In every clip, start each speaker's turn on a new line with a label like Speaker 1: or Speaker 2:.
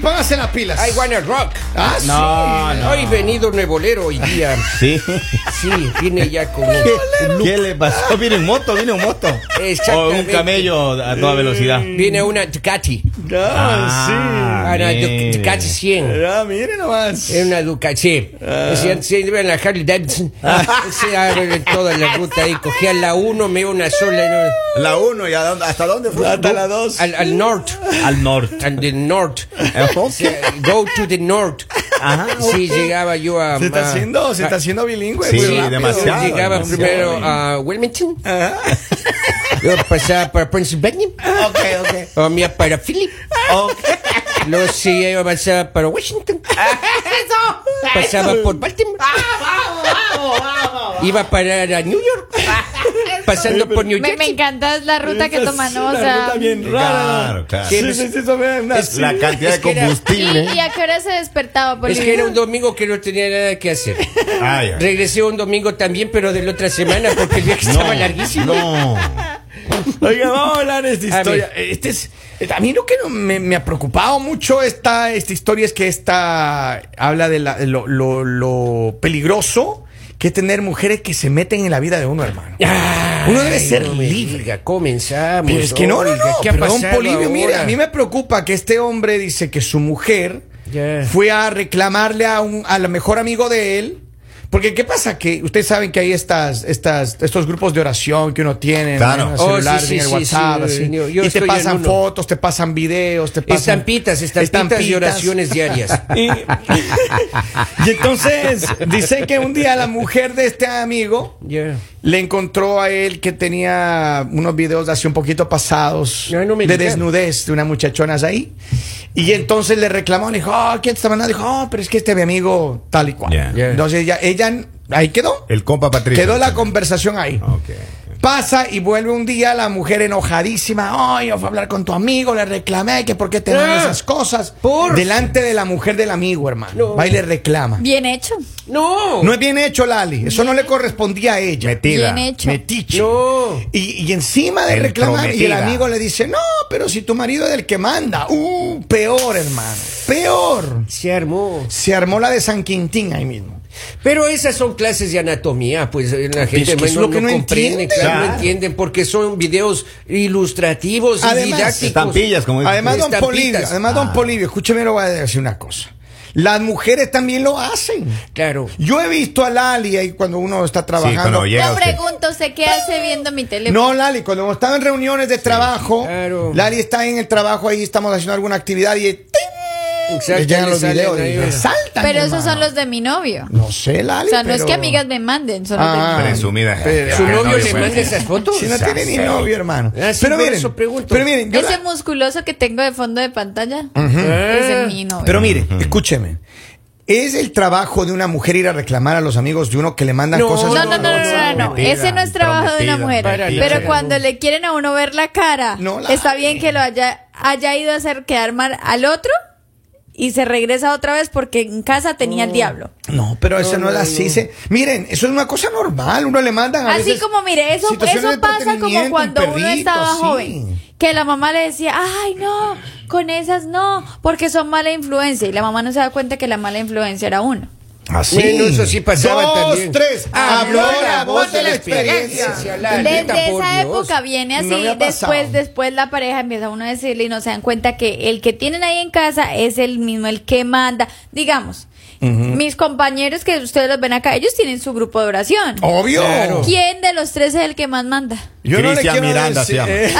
Speaker 1: póngase las pilas.
Speaker 2: I wanna rock.
Speaker 1: Ah, sí.
Speaker 3: No, no.
Speaker 2: Hoy venido nebolero hoy día.
Speaker 3: Sí.
Speaker 2: Sí, viene ya con
Speaker 3: ¿Qué, qué le pasó? Viene un moto, viene un moto. O un
Speaker 2: Exactamente. Mm,
Speaker 3: camello a toda velocidad.
Speaker 2: Viene una Ducati.
Speaker 3: Ah,
Speaker 2: Una
Speaker 3: mire.
Speaker 2: Du- Ducati 100.
Speaker 1: Ah, mire nomás. Ah.
Speaker 2: Es una Ducati. Sí. Se se iba en la Harley Davidson. ah, Se abre toda la ruta ahí. Cogía la 1, me iba una sola. ¿no?
Speaker 4: La 1, ¿y a dónde- hasta dónde fue?
Speaker 1: Hasta la dos.
Speaker 2: Al, al norte.
Speaker 3: Al norte.
Speaker 2: Al del norte.
Speaker 3: Ojo.
Speaker 2: Go to the north.
Speaker 3: Ajá,
Speaker 2: Sí, llegaba yo a.
Speaker 1: Se está
Speaker 2: a-
Speaker 1: haciendo, se
Speaker 2: a-
Speaker 1: está haciendo bilingüe.
Speaker 3: Sí,
Speaker 1: muy rápido.
Speaker 3: demasiado.
Speaker 2: Llegaba
Speaker 3: demasiado.
Speaker 2: primero a Wilmington. Luego pasaba para Pennsylvania.
Speaker 4: Ok, ok.
Speaker 2: O mía Oh, para Philip. Luego sí, yo pasaba para Washington. Pasaba por Baltimore. Iba para New York. Pasando por New
Speaker 5: Me, me
Speaker 2: Jersey.
Speaker 5: encanta la ruta que
Speaker 1: Esa
Speaker 5: toman,
Speaker 1: es
Speaker 5: ¿no? O
Speaker 1: una
Speaker 5: sea.
Speaker 1: ruta bien rara.
Speaker 4: Claro, claro.
Speaker 1: Sí, sí, sí, eso me- una-
Speaker 4: Es la cantidad
Speaker 2: Es
Speaker 4: de
Speaker 2: que era-
Speaker 5: ¿Y,
Speaker 4: combustible.
Speaker 5: y a qué hora se despertaba, Poli?
Speaker 2: Es que era un domingo que no tenía nada que hacer.
Speaker 4: Ay, ay.
Speaker 2: Regresé un domingo también, pero de la otra semana, porque el viaje estaba larguísimo.
Speaker 4: No.
Speaker 1: Oiga, vamos a hablar de esta
Speaker 2: A
Speaker 1: historia. Este es, a mí lo que no- me, me ha preocupado mucho esta, esta historia es que esta habla de la- lo, lo- lo peligroso que es tener mujeres que se meten en la vida de uno, hermano.
Speaker 2: Ay,
Speaker 1: Uno debe ser
Speaker 2: no me
Speaker 1: libre.
Speaker 2: diga, comenzamos.
Speaker 1: Pero es Pues que no, no, no.
Speaker 2: oiga, Pues ¿qué ha
Speaker 1: perdón,
Speaker 2: pasado
Speaker 1: Polibio, mire,
Speaker 2: ahora?
Speaker 1: a mí me preocupa que este hombre dice que su mujer
Speaker 2: Ya.
Speaker 1: fue a reclamarle a un a la mejor amigo de él. Porque qué pasa que ustedes saben que hay estas estas estos grupos de oración que uno tiene
Speaker 4: Claro.
Speaker 1: en el
Speaker 2: Oh,
Speaker 1: celular,
Speaker 2: sí, sí,
Speaker 1: en el
Speaker 2: sí,
Speaker 1: WhatsApp,
Speaker 2: sí,
Speaker 1: así,
Speaker 2: yo- yo
Speaker 1: y te
Speaker 2: estoy en
Speaker 1: pasan
Speaker 2: uno.
Speaker 1: fotos, te pasan videos, te pasan
Speaker 2: Estampitas, estampitas y oraciones diarias.
Speaker 1: y, y entonces dice que un día la mujer de este amigo
Speaker 2: Ya.
Speaker 1: le encontró a él que tenía unos videos de hace un poquito pasados
Speaker 2: Ay, no me
Speaker 1: de
Speaker 2: digas.
Speaker 1: desnudez de unas muchachonas ahí. Y entonces le reclamó, le dijo, "Ah, ¿quién te está mandando? Dijo, "Ah, pero es que este es mi amigo tal y cual.
Speaker 4: Ya.
Speaker 2: Ya.
Speaker 1: Entonces ella, ella ahí quedó.
Speaker 4: El compa Patricio.
Speaker 1: Quedó la conversación ahí.
Speaker 4: Ah, Ok.
Speaker 1: Pasa y vuelve un día la mujer enojadísima. Ay, yo fui a hablar con tu amigo, le reclamé que por qué te mandan
Speaker 2: Ah,
Speaker 1: esas cosas.
Speaker 2: por-
Speaker 1: Delante de la mujer del amigo, hermano.
Speaker 2: No.
Speaker 1: Va y le reclama.
Speaker 5: Bien hecho.
Speaker 2: No.
Speaker 1: No es bien hecho, Lali. Eso no le correspondía a ella.
Speaker 4: Metida.
Speaker 5: Bien hecho.
Speaker 1: Metiche.
Speaker 2: No.
Speaker 1: Y, y encima de
Speaker 4: El
Speaker 1: reclamar, y el
Speaker 4: prometida.
Speaker 1: amigo le dice, no, pero si tu marido es el que manda. Uh, peor, hermano. Peor.
Speaker 2: Se armó.
Speaker 1: Se armó la de San Quintín ahí mismo.
Speaker 2: Pero esas son clases de anatomía, pues eh, la gente
Speaker 1: es que es lo que no
Speaker 2: comprende,
Speaker 1: entienden.
Speaker 2: claro,
Speaker 4: Claro.
Speaker 2: no entienden, porque son videos ilustrativos
Speaker 1: Además,
Speaker 2: y didácticos.
Speaker 4: Estampillas, como dicen.
Speaker 1: Además, don
Speaker 2: Estampitas.
Speaker 1: Polivio, además, don Polivio, escúcheme, lo voy a decir una cosa. Las mujeres también lo hacen.
Speaker 2: Claro.
Speaker 1: Yo he visto a Lali ahí cuando uno está trabajando.
Speaker 4: cuando llega
Speaker 5: No
Speaker 4: usted.
Speaker 5: pregunto, ¿sé qué hace viendo mi teléfono?
Speaker 1: No, Lali, cuando hemos estado en reuniones de trabajo,
Speaker 2: claro.
Speaker 1: Lali está en el trabajo, ahí estamos haciendo alguna actividad y ¡ting!
Speaker 2: Exacto,
Speaker 1: le llegan
Speaker 2: le
Speaker 1: los
Speaker 2: salen
Speaker 1: videos
Speaker 2: ahí,
Speaker 1: y
Speaker 2: ¿verdad?
Speaker 1: le saltan.
Speaker 5: Pero esos
Speaker 1: hermano.
Speaker 5: son los de mi novio.
Speaker 1: No sé, Lali.
Speaker 5: O sea, no es
Speaker 1: pero-
Speaker 5: que amigas me manden, son los de mi
Speaker 1: Ah,
Speaker 4: Presumida gente.
Speaker 1: pero-
Speaker 4: Ah,
Speaker 2: ¿Su
Speaker 4: que
Speaker 2: novio
Speaker 4: novio
Speaker 2: le
Speaker 4: puede
Speaker 2: manda
Speaker 4: ser.
Speaker 2: esas fotos?
Speaker 1: Si no tiene ni
Speaker 4: Sí.
Speaker 1: novio, hermano.
Speaker 2: Ah, sí,
Speaker 1: pero,
Speaker 2: por
Speaker 1: miren,
Speaker 2: eso pregunto.
Speaker 1: pero miren, yo
Speaker 5: Ese
Speaker 1: la-
Speaker 5: musculoso que tengo de fondo de pantalla es
Speaker 2: Ah,
Speaker 5: el mi novio.
Speaker 1: pero miren, escúcheme. ¿Es el trabajo de una mujer ir a reclamar a los amigos de uno que le mandan
Speaker 2: No,
Speaker 1: cosas?
Speaker 5: no, no, no, no, no, no.
Speaker 4: Prometida,
Speaker 5: Ese no es trabajo de una
Speaker 4: prometida,
Speaker 5: mujer.
Speaker 2: para
Speaker 5: Pero
Speaker 2: nada.
Speaker 5: cuando le quieren a uno ver la cara,
Speaker 1: No la
Speaker 5: está bien que lo haya, haya ido a hacer quedar mal al otro y se regresa otra vez porque en casa tenía
Speaker 1: Oh.
Speaker 5: el diablo.
Speaker 1: No, pero eso no, es así. se- miren, eso es una cosa normal. Uno le mandan a
Speaker 5: Así
Speaker 1: veces
Speaker 5: como mire, eso,
Speaker 1: situaciones de
Speaker 5: eso pasa como
Speaker 1: entretenimiento,
Speaker 5: cuando
Speaker 1: un
Speaker 5: uno
Speaker 1: perrito,
Speaker 5: estaba
Speaker 1: sí.
Speaker 5: joven. Que la mamá le decía, ay no, con esas no, porque son mala influencia. Y la mamá no se da cuenta que la mala influencia era uno.
Speaker 4: Así.
Speaker 2: Bueno, eso sí pasaba
Speaker 1: Dos,
Speaker 2: también.
Speaker 1: tres. Habló la voz de la experiencia.
Speaker 2: Lalita,
Speaker 5: Desde
Speaker 2: por
Speaker 5: esa
Speaker 2: Dios.
Speaker 5: época viene así,
Speaker 1: No me ha pasado.
Speaker 5: después, después la pareja empieza uno a decirle y no se dan cuenta que el que tienen ahí en casa es el mismo, el que manda. Digamos, mis compañeros que ustedes los ven acá, ellos tienen su grupo de oración.
Speaker 1: Obvio.
Speaker 2: Claro.
Speaker 5: ¿Quién de los tres es el que más manda?
Speaker 1: Yo no le
Speaker 4: Cristian
Speaker 1: quiero
Speaker 4: Miranda
Speaker 1: decir-
Speaker 4: se llama.
Speaker 1: Eh,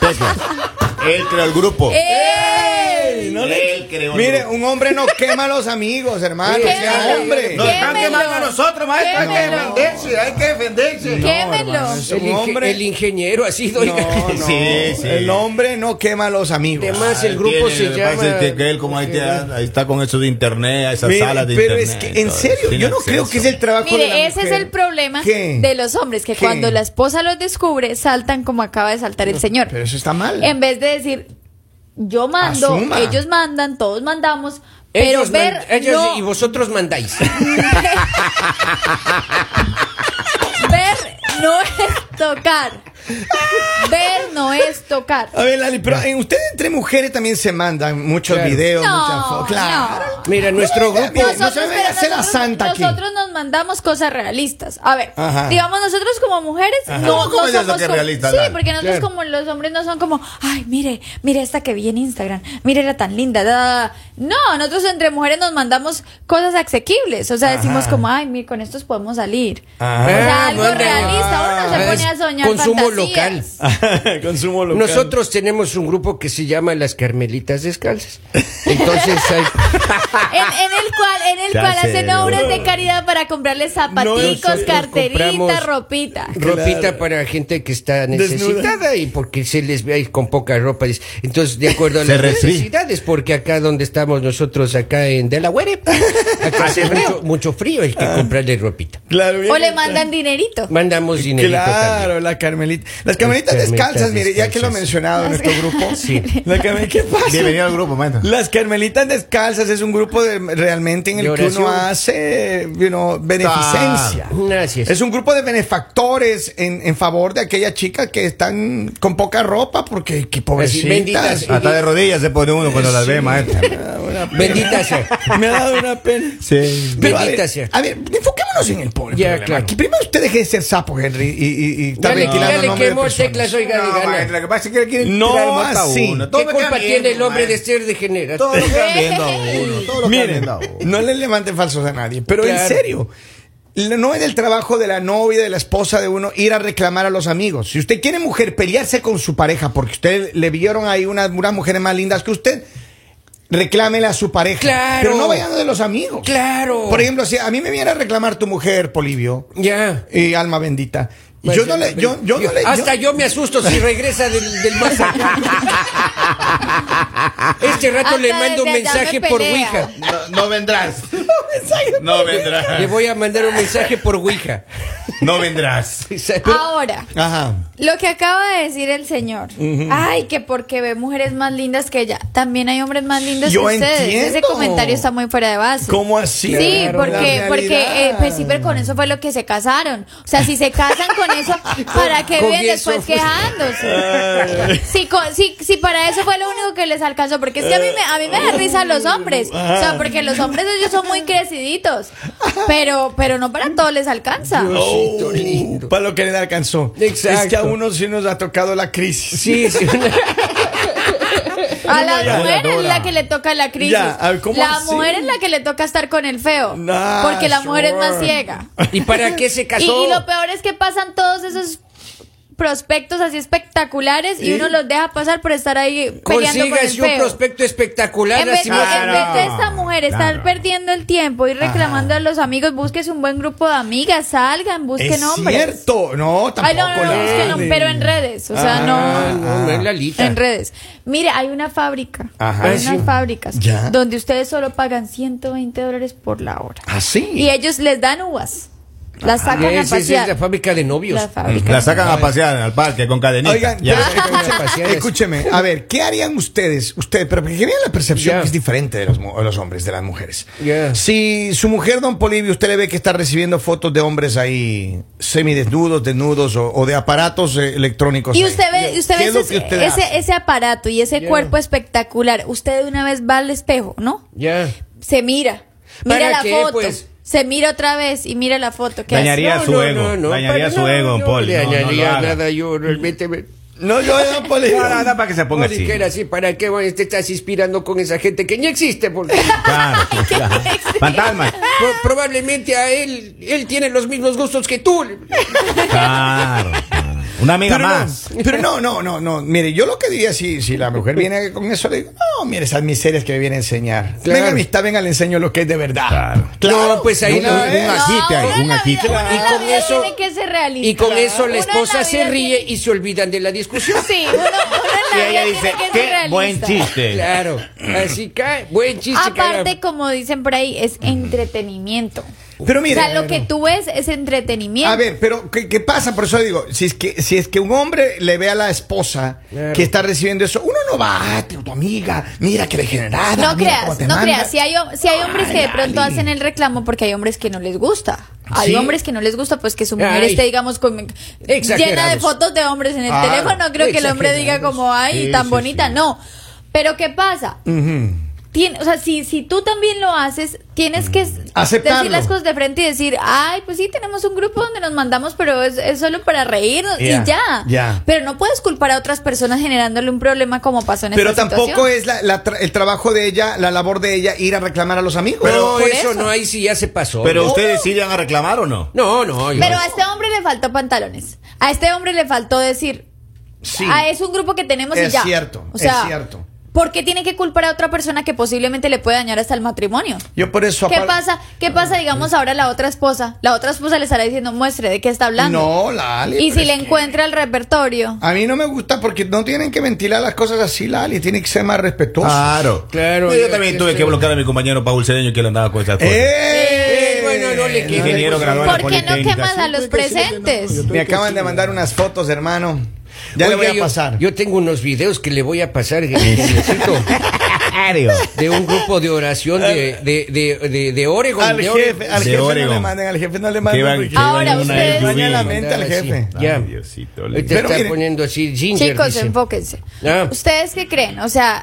Speaker 4: Pepe. Él creó el grupo.
Speaker 5: ¡Ey!
Speaker 4: No le- Él creó el
Speaker 1: Mire,
Speaker 4: grupo.
Speaker 1: un hombre no quema a los amigos, hermano.
Speaker 2: Sí.
Speaker 1: Sea hombre.
Speaker 5: No,
Speaker 3: Nos están
Speaker 5: Quémelo.
Speaker 3: quemando a nosotros, maestro. Hay que
Speaker 5: Quémelo.
Speaker 1: Eh,
Speaker 3: defenderse, hay que defenderse.
Speaker 5: ¡Quémelo!
Speaker 2: El, inge-
Speaker 1: hombre.
Speaker 2: el ingeniero ha sido.
Speaker 1: No, no.
Speaker 4: Sí, sí.
Speaker 1: El hombre no quema a los amigos.
Speaker 2: Además, el
Speaker 4: Él
Speaker 2: grupo
Speaker 4: tiene,
Speaker 2: se
Speaker 4: lo que pasa
Speaker 2: llama.
Speaker 4: es que- que él como ahí, te- ahí está con eso de internet, esas
Speaker 1: Mire,
Speaker 4: salas de
Speaker 1: pero
Speaker 4: internet.
Speaker 1: es que, en
Speaker 4: todo,
Speaker 1: serio,
Speaker 4: sin
Speaker 1: yo no creo
Speaker 4: acceso.
Speaker 1: que es el trabajo de la
Speaker 5: Mire, ese es
Speaker 1: mujer.
Speaker 5: el problema
Speaker 1: ¿Qué?
Speaker 5: de los hombres, que
Speaker 1: ¿Qué?
Speaker 5: cuando la esposa los descubre, saltan como acaba de saltar el señor.
Speaker 1: Pero eso está mal.
Speaker 5: En vez de decir, yo mando,
Speaker 1: Asuma.
Speaker 5: ellos mandan, todos mandamos, pero
Speaker 2: Ellos
Speaker 5: ver.
Speaker 2: man- ellos
Speaker 5: no.
Speaker 2: y vosotros mandáis.
Speaker 5: ver no es tocar. Ver no es tocar.
Speaker 1: A ver, Lali, pero en ustedes entre mujeres también se mandan muchos
Speaker 2: Claro.
Speaker 1: videos,
Speaker 5: No,
Speaker 1: muchas fotos. Claro.
Speaker 2: Mira, nuestro grupo.
Speaker 1: Mira, no se me
Speaker 5: pero
Speaker 1: hace la
Speaker 5: nosotros-
Speaker 1: santa aquí.
Speaker 5: nosotros nos mandamos cosas realistas. A ver,
Speaker 1: Ajá.
Speaker 5: digamos nosotros como mujeres
Speaker 4: ¿Cómo-
Speaker 5: no,
Speaker 4: cómo
Speaker 5: no
Speaker 4: es eso
Speaker 5: somos
Speaker 4: que
Speaker 5: como-
Speaker 4: realista,
Speaker 5: Sí,
Speaker 4: Lali?
Speaker 5: porque nosotros
Speaker 2: Claro.
Speaker 5: como los hombres no son como, ay, mire, mire esta que vi en Instagram, mire era tan linda. da, da, da". No, nosotros entre mujeres nos mandamos cosas asequibles, o sea, decimos como, ay, mire, con estos podemos salir.
Speaker 1: Ajá.
Speaker 5: O sea,
Speaker 2: Ah,
Speaker 5: algo
Speaker 2: bueno.
Speaker 5: realista, uno no se
Speaker 2: Ah,
Speaker 5: pone a
Speaker 2: es
Speaker 5: soñar
Speaker 2: consumo
Speaker 5: fantasías.
Speaker 2: local.
Speaker 1: Consumo local.
Speaker 2: Nosotros tenemos un grupo que se llama Las Carmelitas Descalzas. Entonces hay.
Speaker 5: En, en el cual, en el
Speaker 4: Ya
Speaker 5: cual
Speaker 4: sé,
Speaker 5: hacen
Speaker 4: ¿no?
Speaker 5: obras de caridad para comprarle zapaticos,
Speaker 2: Nosotros
Speaker 5: carterita,
Speaker 2: compramos
Speaker 5: ropita.
Speaker 2: Ropita para gente que está necesitada y porque se les ve ahí con poca ropa. dice. Entonces, de acuerdo a
Speaker 4: Se
Speaker 2: las
Speaker 4: resfrí.
Speaker 2: necesidades, porque acá donde estamos nosotros, acá en Delaware, acá hace mucho, Ah. mucho frío, hay que comprarle ropita.
Speaker 1: Claro, bien.
Speaker 5: O le mandan dinerito.
Speaker 2: Mandamos dinero.
Speaker 1: Claro, la Carmelita. Las Carmelitas
Speaker 2: Las Carmelitas
Speaker 1: descalzas, mire, ya que lo ha
Speaker 2: descalzas.
Speaker 1: mencionado en nuestro grupo. Sí. La Carmel- ¿Qué pasa?
Speaker 4: Bienvenido al grupo, maestro.
Speaker 1: Las Carmelitas Descalzas es un grupo de, realmente en el
Speaker 2: De
Speaker 1: que uno
Speaker 2: oración.
Speaker 1: hace you know, beneficencia.
Speaker 2: Gracias.
Speaker 1: Es un grupo de benefactores en, en favor de aquella chica que están con poca ropa porque qué pobrecitas.
Speaker 2: benditas.
Speaker 4: Hasta de rodillas se pone uno cuando las ve, maestro.
Speaker 2: Bendita sea.
Speaker 1: Me ha dado una pena.
Speaker 4: Sí.
Speaker 1: Pero a
Speaker 2: Bendita
Speaker 1: ver,
Speaker 2: sea.
Speaker 1: A ver, enfoquémonos en el pobre.
Speaker 2: Ya,
Speaker 1: problema.
Speaker 2: claro.
Speaker 1: Aquí primero usted deje de ser sapo, Henry, y, y, y está
Speaker 2: Ya le,
Speaker 1: ventilando
Speaker 2: ya le
Speaker 1: nombre de
Speaker 2: quemó
Speaker 1: personas.
Speaker 2: teclas, oiga, de
Speaker 4: No,
Speaker 2: gana.
Speaker 4: maestro, lo que pasa es que le quieren
Speaker 1: No
Speaker 4: tirar el mata a
Speaker 1: así.
Speaker 4: uno. Todo
Speaker 2: ¿Qué
Speaker 4: me
Speaker 2: culpa
Speaker 4: cambia
Speaker 2: tiene el
Speaker 4: viendo,
Speaker 2: hombre de
Speaker 4: maestro.
Speaker 2: ser degenerado?
Speaker 4: Todo lo están viendo a uno. Todo lo están
Speaker 1: Miren,
Speaker 4: viendo a uno.
Speaker 1: no le levanten falsos a nadie, pero en
Speaker 2: Claro.
Speaker 1: serio. No es el trabajo de la novia, de la esposa de uno ir a reclamar a los amigos. Si usted quiere mujer pelearse con su pareja porque usted le vieron ahí unas, unas mujeres más lindas que usted, reclámele a su pareja.
Speaker 2: Claro.
Speaker 1: Pero no vayan de los amigos.
Speaker 2: Claro.
Speaker 1: Por ejemplo, si a mí me viene a reclamar tu mujer, Polivio,
Speaker 2: Ya.
Speaker 1: y alma bendita, yo no, le, yo, yo no le- yo-
Speaker 2: Hasta yo me asusto si regresa del, del más allá. Este rato
Speaker 5: Hasta
Speaker 2: le mando un
Speaker 5: desde allá
Speaker 2: mensaje
Speaker 5: me
Speaker 2: por
Speaker 5: pelea.
Speaker 2: Ouija.
Speaker 4: No, no vendrás. No vendrás.
Speaker 2: Le voy a mandar un mensaje por Ouija.
Speaker 4: No vendrás.
Speaker 5: Ahora,
Speaker 1: Ajá.
Speaker 5: lo que acaba de decir el señor. Ay, que porque ve mujeres más lindas que ella. También hay hombres más lindos
Speaker 1: Yo
Speaker 5: que ustedes. Ese
Speaker 1: entiendo.
Speaker 5: comentario está muy fuera de base.
Speaker 1: ¿Cómo así?
Speaker 5: Sí,
Speaker 1: Claro, la
Speaker 5: porque,
Speaker 1: realidad.
Speaker 5: porque eh, pues sí, pero con eso fue lo que se casaron. O sea, si se casan con eso, ¿para qué
Speaker 2: Con
Speaker 5: viven
Speaker 2: eso
Speaker 5: después
Speaker 2: fue-
Speaker 5: quejándose? Si, con- si, si para eso fue lo único que les alcanzó, porque es que a mí me, a mí me da risa los hombres. O sea, porque los hombres ellos son muy creciditos, pero, pero no para todo les alcanza.
Speaker 1: Oh, para lo que le alcanzó.
Speaker 2: Exacto.
Speaker 1: Es que a uno sí nos ha tocado la crisis.
Speaker 2: Sí, sí.
Speaker 5: A la
Speaker 4: ya.
Speaker 5: mujer es
Speaker 4: Dora.
Speaker 5: la que le toca la crisis.
Speaker 1: Ya, a ver, ¿cómo
Speaker 5: la
Speaker 1: así?
Speaker 5: mujer es la que le toca estar con el feo.
Speaker 1: Nah,
Speaker 5: porque la mujer es más
Speaker 1: sure.
Speaker 5: ciega.
Speaker 2: ¿Y para qué se
Speaker 5: Y,
Speaker 2: casó?
Speaker 5: y lo peor es que pasan todos esos prospectos así espectaculares y uno los deja pasar por estar ahí peleando con el
Speaker 2: Consígase un
Speaker 5: feo.
Speaker 2: prospecto espectacular.
Speaker 5: En vez,
Speaker 2: así
Speaker 5: en
Speaker 2: más-
Speaker 4: Claro.
Speaker 5: vez de esta mujer estar
Speaker 4: Claro.
Speaker 5: perdiendo el tiempo y reclamando a los amigos, búsquese un buen grupo de amigas, salgan, busquen
Speaker 1: es
Speaker 5: hombres.
Speaker 1: cierto. No, tampoco.
Speaker 5: Ay, no, no, no,
Speaker 1: la-
Speaker 5: busquen hom- pero en redes, o sea,
Speaker 2: Ah,
Speaker 5: no,
Speaker 2: no, no es Lalita.
Speaker 5: en redes. Mire, hay una fábrica,
Speaker 1: Ajá.
Speaker 5: hay
Speaker 2: Ah, sí.
Speaker 5: unas fábricas
Speaker 1: Ya.
Speaker 5: donde ustedes solo pagan 120 dólares por la hora.
Speaker 1: Así.
Speaker 5: Y ellos les dan uvas, las sacan
Speaker 2: Esa
Speaker 5: a
Speaker 2: Ah, es, es
Speaker 5: pasear.
Speaker 2: la fábrica de novios.
Speaker 5: La fábrica.
Speaker 4: La sacan a pasear al parque con cadenita.
Speaker 1: Oigan,
Speaker 4: Ya.
Speaker 1: pero escuchen-
Speaker 2: Pasear es-
Speaker 1: escúcheme, a ver, ¿qué harían ustedes? Ustedes, pero que vean la percepción
Speaker 2: Ya.
Speaker 1: que es diferente de los, mu- de los hombres, de las mujeres.
Speaker 2: Ya.
Speaker 1: Si su mujer, don Polivio, usted le ve que está recibiendo fotos de hombres ahí semidesnudos, desnudos o, o de aparatos eh, electrónicos.
Speaker 5: Y
Speaker 1: ahí.
Speaker 5: usted ve, usted
Speaker 1: ¿Qué
Speaker 5: ve
Speaker 1: es lo
Speaker 5: ese,
Speaker 1: que usted hace?
Speaker 5: ese, ese aparato y ese
Speaker 2: Ya.
Speaker 5: cuerpo espectacular. Usted de una vez va al espejo, ¿no?
Speaker 2: Ya.
Speaker 5: Se mira,
Speaker 2: ¿Para
Speaker 5: mira la
Speaker 2: qué,
Speaker 5: foto,
Speaker 2: pues?
Speaker 5: se mira otra vez y mira la foto. ¿Qué hace?
Speaker 4: Dañaría
Speaker 2: No,
Speaker 4: su
Speaker 2: no,
Speaker 4: ego.
Speaker 2: no, no,
Speaker 4: dañaría
Speaker 2: para-
Speaker 4: su
Speaker 2: no,
Speaker 4: ego,
Speaker 2: yo
Speaker 4: Poli.
Speaker 2: le
Speaker 4: No, no,
Speaker 2: dañaría
Speaker 4: lo haga.
Speaker 2: nada, yo realmente me-
Speaker 1: No, yo, don Polivio.
Speaker 4: No, no, no, para que se ponga
Speaker 2: Poli,
Speaker 4: así.
Speaker 2: que era así, ¿para qué bueno, te estás inspirando con esa gente que ni existe? Porque
Speaker 4: Claro, claro. Fantasma.
Speaker 2: pro- probablemente a él, él tiene los mismos gustos que tú.
Speaker 4: Claro. Una amiga
Speaker 1: pero
Speaker 4: más.
Speaker 1: No, pero no, no, no, no. Mire, yo lo que diría si, si la mujer viene con eso, le digo, no, mire esas miserias que me viene a enseñar.
Speaker 2: Claro.
Speaker 1: Venga, amistad, venga, le enseño lo que es de verdad.
Speaker 4: Claro.
Speaker 2: No, pues ahí
Speaker 1: De una
Speaker 2: no,
Speaker 1: vez.
Speaker 4: un ajite ahí,
Speaker 5: uno en
Speaker 4: un
Speaker 5: la
Speaker 4: ajite.
Speaker 5: vida- uno en
Speaker 2: Y
Speaker 5: la
Speaker 2: con
Speaker 5: vida
Speaker 2: eso-
Speaker 5: tiene que ser realista.
Speaker 2: Y con eso
Speaker 5: Uno
Speaker 2: la
Speaker 5: en
Speaker 2: esposa se
Speaker 5: vida
Speaker 2: ríe
Speaker 5: tiene-
Speaker 2: y se olvidan de la discusión.
Speaker 5: Sí, uno, uno
Speaker 4: Y
Speaker 5: en la
Speaker 4: ella
Speaker 5: vida
Speaker 4: dice,
Speaker 5: tiene que ser
Speaker 4: qué
Speaker 5: realista.
Speaker 4: buen chiste.
Speaker 2: Claro, así cae. Buen chiste.
Speaker 5: Aparte,
Speaker 2: cara.
Speaker 5: como dicen por ahí, es entretenimiento.
Speaker 1: Pero mire.
Speaker 5: o sea, lo que tú ves es entretenimiento.
Speaker 1: A ver, pero ¿qué, qué pasa? Por eso digo, si es que si es que un hombre le ve a la esposa
Speaker 2: Claro.
Speaker 1: que está recibiendo eso, uno no va, "Ah, tu, tu amiga, mira que degenerada.
Speaker 5: No
Speaker 1: mira cómo
Speaker 5: creas,
Speaker 1: te
Speaker 5: no
Speaker 1: manda".
Speaker 5: creas. Si hay, hom- si hay hombres que de
Speaker 1: Ay,
Speaker 5: pronto
Speaker 1: Ali.
Speaker 5: hacen el reclamo porque hay hombres que no les gusta. Hay
Speaker 2: Sí.
Speaker 5: hombres que no les gusta, pues que su mujer
Speaker 2: Ay.
Speaker 5: esté, digamos, con- llena de
Speaker 2: Exagerados.
Speaker 5: fotos de hombres en el
Speaker 1: Ah,
Speaker 5: teléfono. Creo que el hombre diga
Speaker 2: exagerados.
Speaker 5: como, ay,
Speaker 2: Sí,
Speaker 5: tan
Speaker 2: sí,
Speaker 5: bonita.
Speaker 2: sí.
Speaker 5: No. Pero ¿qué pasa? Tiene, o sea, si, si tú también lo haces, tienes que s-
Speaker 1: Mm. Aceptarlo.
Speaker 5: decir las cosas de frente y decir, ay, pues sí, tenemos un grupo donde nos mandamos, pero es, es solo para reírnos
Speaker 1: Ya,
Speaker 5: y ya.
Speaker 1: ya.
Speaker 5: Pero no puedes culpar a otras personas generándole un problema como pasó en
Speaker 1: Pero
Speaker 5: esta
Speaker 1: tampoco
Speaker 5: situación.
Speaker 1: es la- la tra- el trabajo de ella, la labor de ella, ir a reclamar a los amigos.
Speaker 2: Pero
Speaker 5: por
Speaker 2: eso,
Speaker 5: eso.
Speaker 2: no hay si ya se pasó.
Speaker 4: Pero
Speaker 2: ¿no?
Speaker 4: ustedes sí iban a reclamar o no?
Speaker 2: No, no. yo-
Speaker 5: Pero a este hombre le faltó pantalones. A este hombre le faltó decir,
Speaker 1: Sí.
Speaker 5: ah, es un grupo que tenemos y
Speaker 1: Es
Speaker 5: ya.
Speaker 1: cierto,
Speaker 5: o sea,
Speaker 1: es cierto.
Speaker 5: ¿Por qué tiene que culpar a otra persona que posiblemente le puede dañar hasta el matrimonio?
Speaker 1: Yo por eso...
Speaker 5: ¿Qué
Speaker 1: apar- Ah,
Speaker 5: pasa? ¿Qué pasa, digamos, ahora la otra esposa? La otra esposa le estará diciendo, muestre de qué está hablando.
Speaker 1: No, Lali.
Speaker 5: Y
Speaker 1: pero
Speaker 5: si le
Speaker 1: es que-
Speaker 5: encuentra el repertorio.
Speaker 1: A mí no me gusta porque no tienen que ventilar las cosas así, Lali. Tienen que ser más respetuosos.
Speaker 4: Claro.
Speaker 2: Claro,
Speaker 4: Yo,
Speaker 2: yo-
Speaker 4: también
Speaker 2: yo
Speaker 4: tuve
Speaker 2: sé.
Speaker 4: que bloquear a mi compañero Paul Cedeño que le andaba con esas cosas.
Speaker 1: ¡Eh!
Speaker 2: Eh, bueno, no le queda.
Speaker 4: Ingeniero
Speaker 1: Ah,
Speaker 4: graduado en la
Speaker 5: ¿Por qué no
Speaker 4: Politécnica.
Speaker 5: quemas a los presentes?
Speaker 1: Me acaban de mandar unas fotos, hermano. Ya le
Speaker 2: Oiga,
Speaker 1: voy a
Speaker 2: yo-
Speaker 1: pasar.
Speaker 2: Yo, tengo unos videos que le voy a pasar, que- que necesito,
Speaker 4: Claro.
Speaker 2: de un grupo de oración de, de, de, de, de Oregon.
Speaker 1: al
Speaker 2: de
Speaker 1: jefe,
Speaker 2: Oregon.
Speaker 1: al
Speaker 4: De
Speaker 1: jefe no le
Speaker 4: Oregon.
Speaker 1: manden, al jefe no le
Speaker 4: Que
Speaker 1: manden.
Speaker 4: van-
Speaker 1: porque-
Speaker 4: que van
Speaker 5: Ahora
Speaker 4: en una
Speaker 5: ustedes-
Speaker 4: SUV.
Speaker 1: Daña la mente al
Speaker 2: Ahora sí.
Speaker 1: jefe.
Speaker 2: Ya.
Speaker 4: Ay, Diosito,
Speaker 2: Ahorita
Speaker 4: le-
Speaker 2: Está
Speaker 1: Pero mire-
Speaker 2: poniendo así Ginger.
Speaker 5: Chicos,
Speaker 2: dice.
Speaker 5: enfóquense.
Speaker 2: Ah.
Speaker 5: ¿Ustedes qué creen? O sea,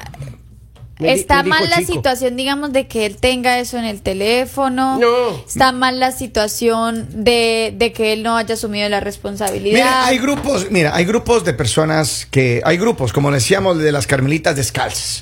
Speaker 2: Me di-
Speaker 5: está
Speaker 2: me dijo
Speaker 5: mal la
Speaker 2: chico.
Speaker 5: situación, digamos, de que él tenga eso en el teléfono.
Speaker 2: No.
Speaker 5: Está mal la situación de, de que él no haya asumido la responsabilidad.
Speaker 1: Mira, hay grupos, mira, hay grupos de personas que, hay grupos, como decíamos, de las carmelitas descalzas,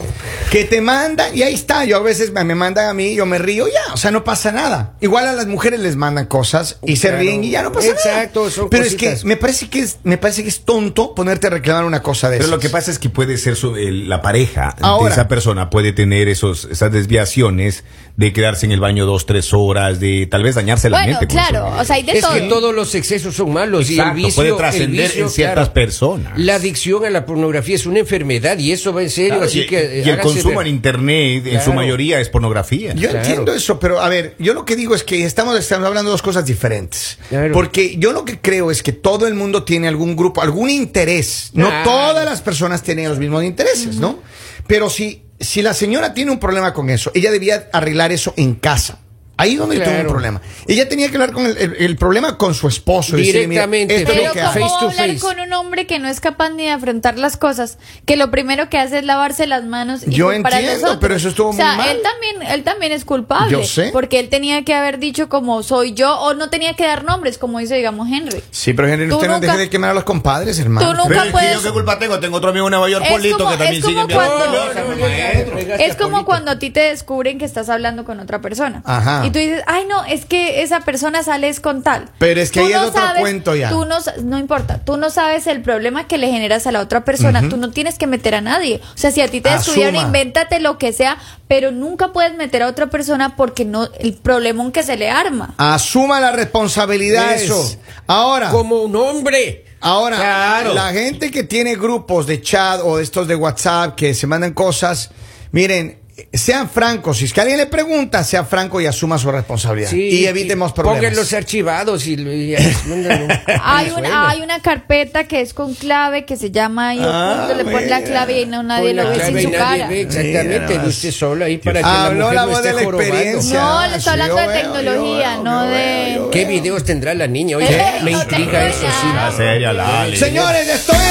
Speaker 1: que te mandan, y ahí está, yo a veces me, me mandan a mí, yo me río, ya, o sea, no pasa nada. Igual a las mujeres les mandan cosas y se
Speaker 2: Claro.
Speaker 1: ríen y ya no pasa nada.
Speaker 2: Exacto, son
Speaker 1: Pero es
Speaker 2: cositas.
Speaker 1: que me parece que es, me parece que es tonto ponerte a reclamar una cosa de
Speaker 4: Pero
Speaker 1: esas.
Speaker 4: lo que pasa es que puede ser su- el- la pareja
Speaker 1: Ahora.
Speaker 4: de esa persona puede tener esos esas desviaciones de quedarse en el baño dos tres horas de tal vez dañarse la
Speaker 5: bueno,
Speaker 4: mente. con
Speaker 5: claro,
Speaker 4: eso.
Speaker 5: o sea, hay de
Speaker 2: es
Speaker 5: todo.
Speaker 2: que todos los excesos son malos
Speaker 4: Exacto,
Speaker 2: y el vicio
Speaker 4: puede
Speaker 2: el
Speaker 4: trascender
Speaker 2: vicio,
Speaker 4: en ciertas personas.
Speaker 2: La adicción a la pornografía es una enfermedad y eso va en serio,
Speaker 4: Claro,
Speaker 2: así
Speaker 4: y,
Speaker 2: que eh,
Speaker 4: y el
Speaker 2: hágase
Speaker 4: consumo
Speaker 2: ver-
Speaker 4: en internet en su
Speaker 2: Claro.
Speaker 4: mayoría es pornografía.
Speaker 1: Yo
Speaker 2: Claro.
Speaker 1: entiendo eso, pero a ver, yo lo que digo es que estamos, estamos hablando de dos cosas diferentes.
Speaker 2: Claro.
Speaker 1: Porque yo lo que creo es que todo el mundo tiene algún grupo, algún interés. No
Speaker 2: Claro.
Speaker 1: todas las personas tienen los mismos intereses, ¿no? Pero si, si la señora tiene un problema con eso, ella debía arreglar eso en casa. Ahí es donde tuvo un
Speaker 2: Claro.
Speaker 1: problema. Ella tenía que hablar con el, el- el problema con su esposo. y decirle, mira,
Speaker 2: Directamente,
Speaker 1: esto es
Speaker 5: Pero
Speaker 1: lo que hago.
Speaker 2: face
Speaker 5: ¿cómo va a
Speaker 2: to
Speaker 5: hablar
Speaker 2: face.
Speaker 5: con un hombre que no es capaz ni de afrontar las cosas? Que lo primero que hace es lavarse las manos y
Speaker 1: Yo
Speaker 5: culpar a los
Speaker 1: entiendo,
Speaker 5: otros.
Speaker 1: pero eso estuvo
Speaker 5: o sea,
Speaker 1: muy mal.
Speaker 5: él también, él también es culpable.
Speaker 1: Yo sé.
Speaker 5: Porque él tenía que haber dicho como soy yo o no tenía que dar nombres, como hizo, digamos, Henry.
Speaker 1: Sí, pero Henry,
Speaker 5: Tú
Speaker 1: usted no
Speaker 5: nunca-
Speaker 1: deje de quemar a los compadres, hermano.
Speaker 5: Tú nunca
Speaker 4: Pero es que
Speaker 5: puedes-
Speaker 4: yo qué culpa tengo, tengo otro amigo en Nueva York,
Speaker 5: Pues, Es
Speaker 4: Polito,
Speaker 5: como-
Speaker 4: que
Speaker 5: es
Speaker 4: también sigue
Speaker 5: como
Speaker 4: enviando-
Speaker 5: cuando-
Speaker 4: No, no, no, maestro.
Speaker 5: Es como cuando a ti te descubren que estás hablando con otra persona.
Speaker 1: Ajá.
Speaker 5: Y tú dices, ay, no, es que esa persona sale es con tal.
Speaker 1: Pero es que
Speaker 5: Tú
Speaker 1: ahí es otro cuento ya.
Speaker 5: Tú no, sa- no importa, tú no sabes el problema que le generas a la otra persona. Tú no tienes que meter a nadie. O sea, si a ti te descubrieron,
Speaker 1: Asuma.
Speaker 5: invéntate lo que sea, pero nunca puedes meter a otra persona porque no el problemón que se le arma.
Speaker 1: Asuma la responsabilidad de
Speaker 2: Es-
Speaker 1: eso. Ahora.
Speaker 2: Como un hombre.
Speaker 1: Ahora,
Speaker 2: Claro.
Speaker 1: la gente que tiene grupos de chat o de estos de WhatsApp que se mandan cosas, miren, sean francos. Si es que alguien le pregunta, sea franco y asuma su responsabilidad.
Speaker 2: Sí,
Speaker 1: y evitemos problemas.
Speaker 2: Pónganlos archivados y, y- y- mándalo.
Speaker 5: Hay
Speaker 2: Resuelva.
Speaker 5: una, hay una carpeta que es con clave que se llama y
Speaker 1: Ah,
Speaker 5: oculto, le pones la
Speaker 1: mira.
Speaker 5: clave y no nadie
Speaker 2: Con la
Speaker 5: lo ve
Speaker 2: clave
Speaker 5: sin su
Speaker 2: nadie
Speaker 5: cara.
Speaker 2: ve,
Speaker 1: Mira
Speaker 2: exactamente,
Speaker 1: nada más.
Speaker 2: usted solo ahí para que
Speaker 1: Habló
Speaker 2: la,
Speaker 1: la
Speaker 2: mujer
Speaker 1: voz
Speaker 2: no esté
Speaker 1: de la
Speaker 2: jorobando.
Speaker 1: experiencia.
Speaker 5: No, le estoy hablando
Speaker 1: Yo
Speaker 5: de
Speaker 1: veo,
Speaker 5: tecnología,
Speaker 1: yo
Speaker 5: no
Speaker 1: veo,
Speaker 5: de-
Speaker 1: yo
Speaker 2: ¿Qué
Speaker 1: veo.
Speaker 2: videos tendrá la niña? Oye,
Speaker 5: Eh,
Speaker 2: me
Speaker 5: no te
Speaker 2: intriga eso,
Speaker 5: creo.
Speaker 2: sí.
Speaker 4: Ah, seria, Lali.
Speaker 1: Señores, esto